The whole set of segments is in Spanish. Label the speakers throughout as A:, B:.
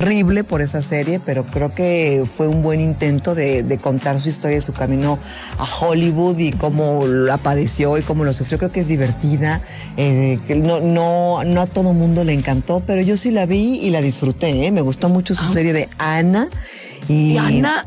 A: horrible por esa serie, pero creo que fue un buen intento de, de contar su historia y su camino a Hollywood y cómo la padeció y cómo lo sufrió. Creo que es divertida. Eh, no, no, no a todo mundo le encantó, pero yo sí la vi y la disfruté. ¿eh? Me gustó mucho su
B: Ah.
A: serie de Ana. Y,
B: Y Ana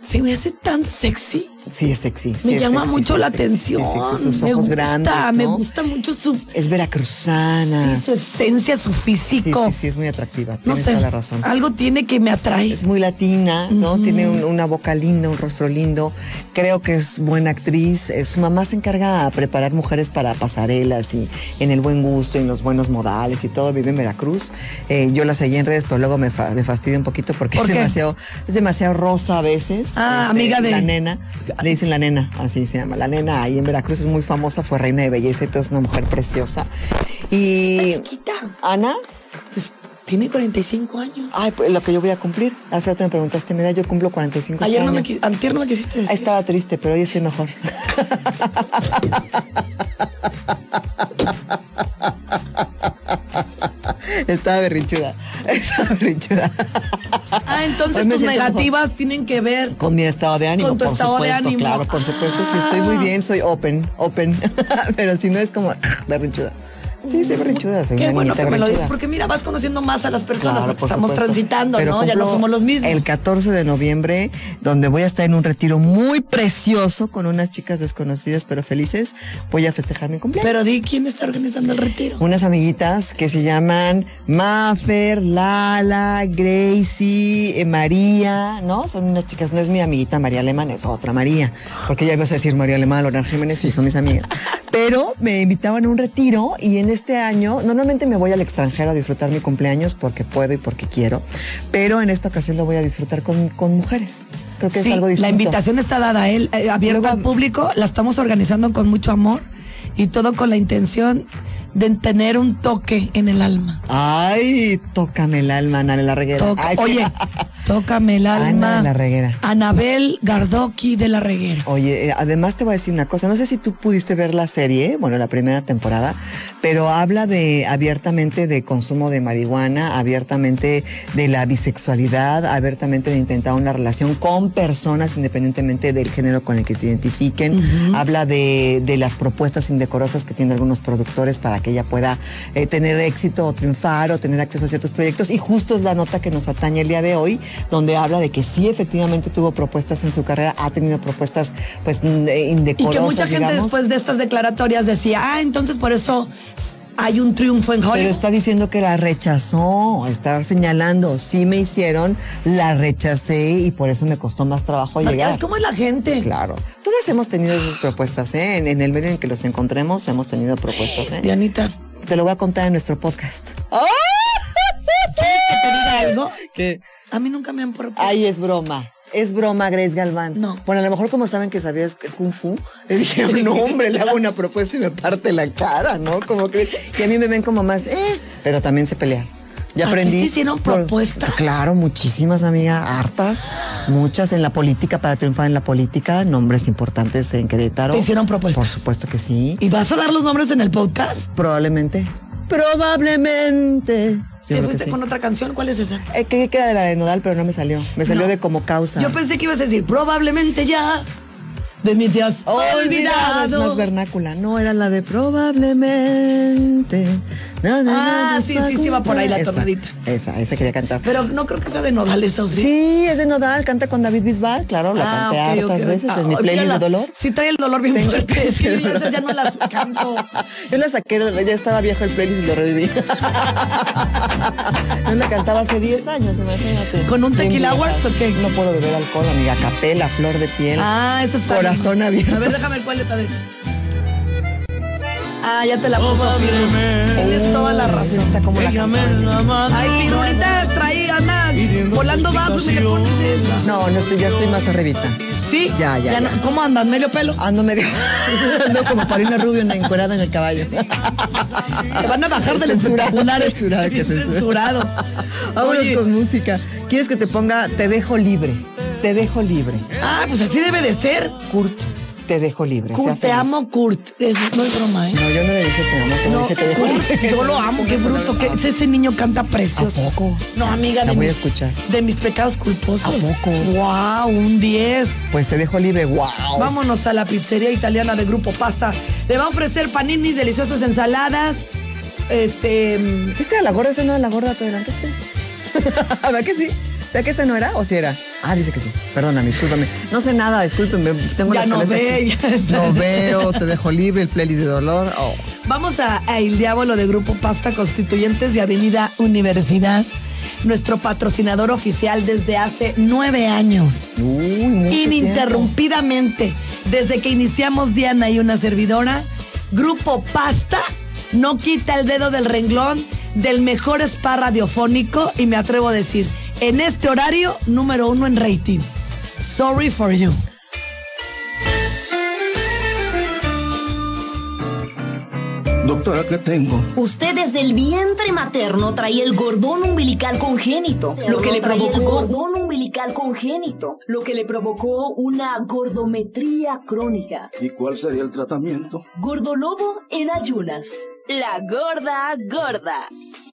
B: se me hace tan sexy.
A: Sí, es sexy. sí
B: me
A: es
B: llama
A: sexy,
B: mucho
A: sí
B: la
A: es sexy, sí es
B: atención.
A: sexy, Sus
B: me
A: ojos
B: gusta,
A: grandes.
B: me
A: ¿no?
B: gusta mucho su,
A: Es veracruzana.
B: sí, su esencia, su
A: Sí, sí,
B: físico.
A: sí, es muy atractiva.
B: no
A: Tienes
B: sé,
A: toda la razón.
B: algo tiene que me atrae.
A: Es muy latina, ¿no? Tiene un- una boca linda, un rostro lindo. Creo que es buena actriz. Eh, Su mamá se encarga de preparar mujeres para pasarelas y en el buen gusto, en los buenos modales y todo. Vive en Veracruz. Eh, yo la seguí en redes, pero luego me, fa- me fastidio un poquito porque
B: ¿Por
A: es
B: qué?
A: demasiado, es demasiado rosa a veces. Este,
B: Ah, amiga de-
A: La nena. Le dicen la nena, así se llama. La nena ahí en Veracruz es muy famosa, fue reina de belleza y todo, es una mujer preciosa.
B: Está
A: Y.
B: chiquita.
A: Ana,
B: Pues tiene 45 años.
A: Ay, pues lo que yo voy a cumplir. Hace rato me preguntaste mi edad, yo cumplo 45
B: Ayer
A: este
B: no me,
A: año.
B: qui- antier no me quisiste decir.
A: Estaba triste, pero hoy estoy mejor. Estaba berrinchuda. Estaba berrinchuda.
B: Ah, entonces
A: Hoy me
B: tus
A: siento
B: negativas tienen que ver.
A: Con mi estado de ánimo,
B: Con tu
A: por
B: estado de
A: supuesto,
B: ánimo.
A: claro, por supuesto. Si estoy muy bien, soy open, open. Pero si no es como berrinchuda. Sí, soy berrinchuda, soy
B: Qué
A: una
B: bueno
A: niñita
B: que me lo dices,
A: berrinchuda.
B: porque mira, vas conociendo más a las personas
A: Claro,
B: porque
A: por
B: estamos
A: supuesto.
B: transitando,
A: Pero
B: ¿no? Ya no
A: cumplo
B: somos los mismos.
A: El 14 de noviembre, donde voy a estar en un retiro muy precioso con unas chicas desconocidas pero felices, voy a festejar mi cumpleaños.
B: Pero di quién está organizando el retiro.
A: unas amiguitas que se llaman Maffer, Lala, Gracie, eh, María, ¿no? Son unas chicas, no es mi amiguita María Alemán, es otra María, porque ya ibas a decir María Alemán, Lorena Jiménez, y son mis amigas. Pero me invitaban a un retiro y en este año, normalmente me voy al extranjero a disfrutar mi cumpleaños porque puedo y porque quiero, pero en esta ocasión lo voy a disfrutar con, con mujeres. Creo que
B: Sí,
A: es algo distinto.
B: la invitación está dada, él eh, abierta
A: Luego-
B: al público, la estamos organizando con mucho amor y todo con la intención de tener un toque en el alma.
A: Ay, tócame el alma, Ana de la Reguera.
B: Toc-
A: Ay, sí.
B: Oye, tócame el
A: Ana
B: alma.
A: de la Reguera.
B: Anabel Gardoki de la Reguera.
A: Oye, eh, además te voy a decir una cosa, no sé si tú pudiste ver la serie, bueno, la primera temporada, pero habla de abiertamente de consumo de marihuana, abiertamente de la bisexualidad, abiertamente de intentar una relación con personas independientemente del género con el que se identifiquen, habla de, de las propuestas indecorosas que tienen algunos productores para que ella pueda eh, tener éxito o triunfar o tener acceso a ciertos proyectos y justo es la nota que nos atañe el día de hoy, donde habla de que sí efectivamente tuvo propuestas en su carrera, ha tenido propuestas pues mm, eh,
B: Y
A: indecorosas,
B: que mucha gente
A: digamos,
B: después de estas declaratorias decía, ah, entonces por eso s- hay un triunfo en
A: Pero
B: Hollywood.
A: está diciendo que la rechazó, está señalando, sí me hicieron, la rechacé y por eso me costó más trabajo
B: Porque
A: llegar.
B: ¿Sabes cómo es la gente?
A: Claro, todas hemos tenido esas propuestas, ¿eh? En, en el medio en que los encontremos hemos tenido propuestas, ¿eh?
B: Dianita,
A: Te lo voy a contar en nuestro podcast.
B: ¿te diga algo?
A: ¿Qué?
B: A mí nunca me han propuesto.
A: Ay, es broma. Es broma, Grace Galván.
B: No.
A: Bueno, a lo mejor como saben que sabías que Kung Fu, le dijeron, no, hombre, le hago una propuesta y me parte la cara, ¿no? Como crees. Y a mí me ven como más, eh, pero también sé pelear. Ya
B: ¿A ti
A: aprendí.
B: te hicieron
A: Por-
B: propuestas?
A: Claro, muchísimas, amiga, hartas. Muchas en la política, para triunfar en la política, nombres importantes en Querétaro.
B: Te hicieron propuestas.
A: Por supuesto que sí.
B: ¿Y vas a dar los nombres en el podcast?
A: Probablemente. Probablemente. Yo
B: ¿Te
A: creo
B: fuiste
A: que sí.
B: con otra canción? ¿Cuál es esa?
A: Eh, creí que era de la de Nodal, pero no me salió. Me salió
B: No.
A: de como causa.
B: Yo pensé que ibas a decir, probablemente ya de mí te has
A: Olvidado. Es
B: olvidado.
A: más vernácula. No, era la de probablemente. No, no,
B: Ah,
A: no,
B: sí,
A: está
B: sí, sí, va por ahí la
A: esa,
B: tonadita.
A: Esa, esa quería cantar.
B: Pero no creo que sea de Nodal esa, ¿o sí?
A: Sí, es de Nodal, canta con David Bisbal, claro, la
B: Ah,
A: canté
B: ok, ok,
A: hartas
B: ok.
A: veces
B: Ah,
A: en mi playlist
B: olvídala.
A: de dolor.
B: Sí, trae el dolor bien
A: Tengo
B: fuerte. Es que
A: playlist de
B: yo esas ya no
A: dolor.
B: las canto.
A: Yo la saqué, ya estaba viejo el playlist y lo reviví. no la cantaba hace 10 años, imagínate.
B: ¿Con un
A: Bien
B: tequila
A: vieja.
B: awards o qué?
A: No puedo beber alcohol, amiga. Capela, flor de piel.
B: Ah, esa es
A: Corazón
B: Sabina.
A: abierto.
B: A ver, déjame ver cuál está de. Ah, ya te la puso Piru. Tienes toda la razón.
A: Está como la canción.
B: Ay, Pirulita, trae, anda volando bajos y le pones esa.
A: No, no estoy, ya estoy más arribita.
B: Sí,
A: Ya, ya,
B: no-
A: ya.
B: ¿Cómo andan? ¿Medio pelo?
A: Ando medio. Ando como Paulina Rubio en la encuerada en el caballo.
B: Te van a bajar del
A: Censurado,
B: espectacular.
A: censurado, que
B: Bien
A: censura.
B: censurado.
A: Vámonos
B: Oye,
A: con música. ¿Quieres que te ponga Te dejo libre? Te dejo libre.
B: Ah, pues así debe de ser.
A: Kurt Te dejo libre. sea
B: Kurt, te
A: feliz.
B: amo, Kurt. Es, no es broma, ¿eh?
A: No, yo no le dije te amo, solo
B: No,
A: dije te dejo
B: Kurt,
A: libre.
B: yo lo amo, qué bruto. Que ese, ese niño canta precioso.
A: ¿A poco?
B: No, amiga,
A: La
B: de
A: voy a
B: mis,
A: escuchar.
B: de mis pecados culposos.
A: ¿A poco?
B: Wow, un 10.
A: Pues te dejo libre, wow.
B: Vámonos a la pizzería italiana de Grupo Pasta. Le va a ofrecer paninis, deliciosas ensaladas. Este. mm,
A: ¿Viste a la gorda? ¿Esa no era la gorda? ¿Te adelantaste? ¿Verdad que sí? ¿Verdad que esta no era o si era? Ah, dice que sí. Perdóname, discúlpame. No sé nada, discúlpenme. Tengo
B: Ya
A: las
B: no
A: caletas.
B: ve, ya está.
A: No veo, te dejo libre el playlist de dolor. Oh.
B: Vamos a, a El Diablo de Grupo Pasta Constituyentes de Avenida Universidad. Nuestro patrocinador oficial desde hace nueve años.
A: Uy, mucho tiempo.
B: ininterrumpidamente desde que iniciamos Diana y una servidora. Grupo Pasta no quita el dedo del renglón del mejor spa radiofónico y me atrevo a decir, en este horario, número uno en rating. Sorry for you.
C: Doctora, ¿qué tengo?
D: Usted desde el vientre materno traía el gordón umbilical congénito, lo que le provocó gordón umbilical congénito, lo que le provocó una gordometría crónica.
C: ¿Y cuál sería el tratamiento?
D: Gordolobo en ayunas. La gorda gorda.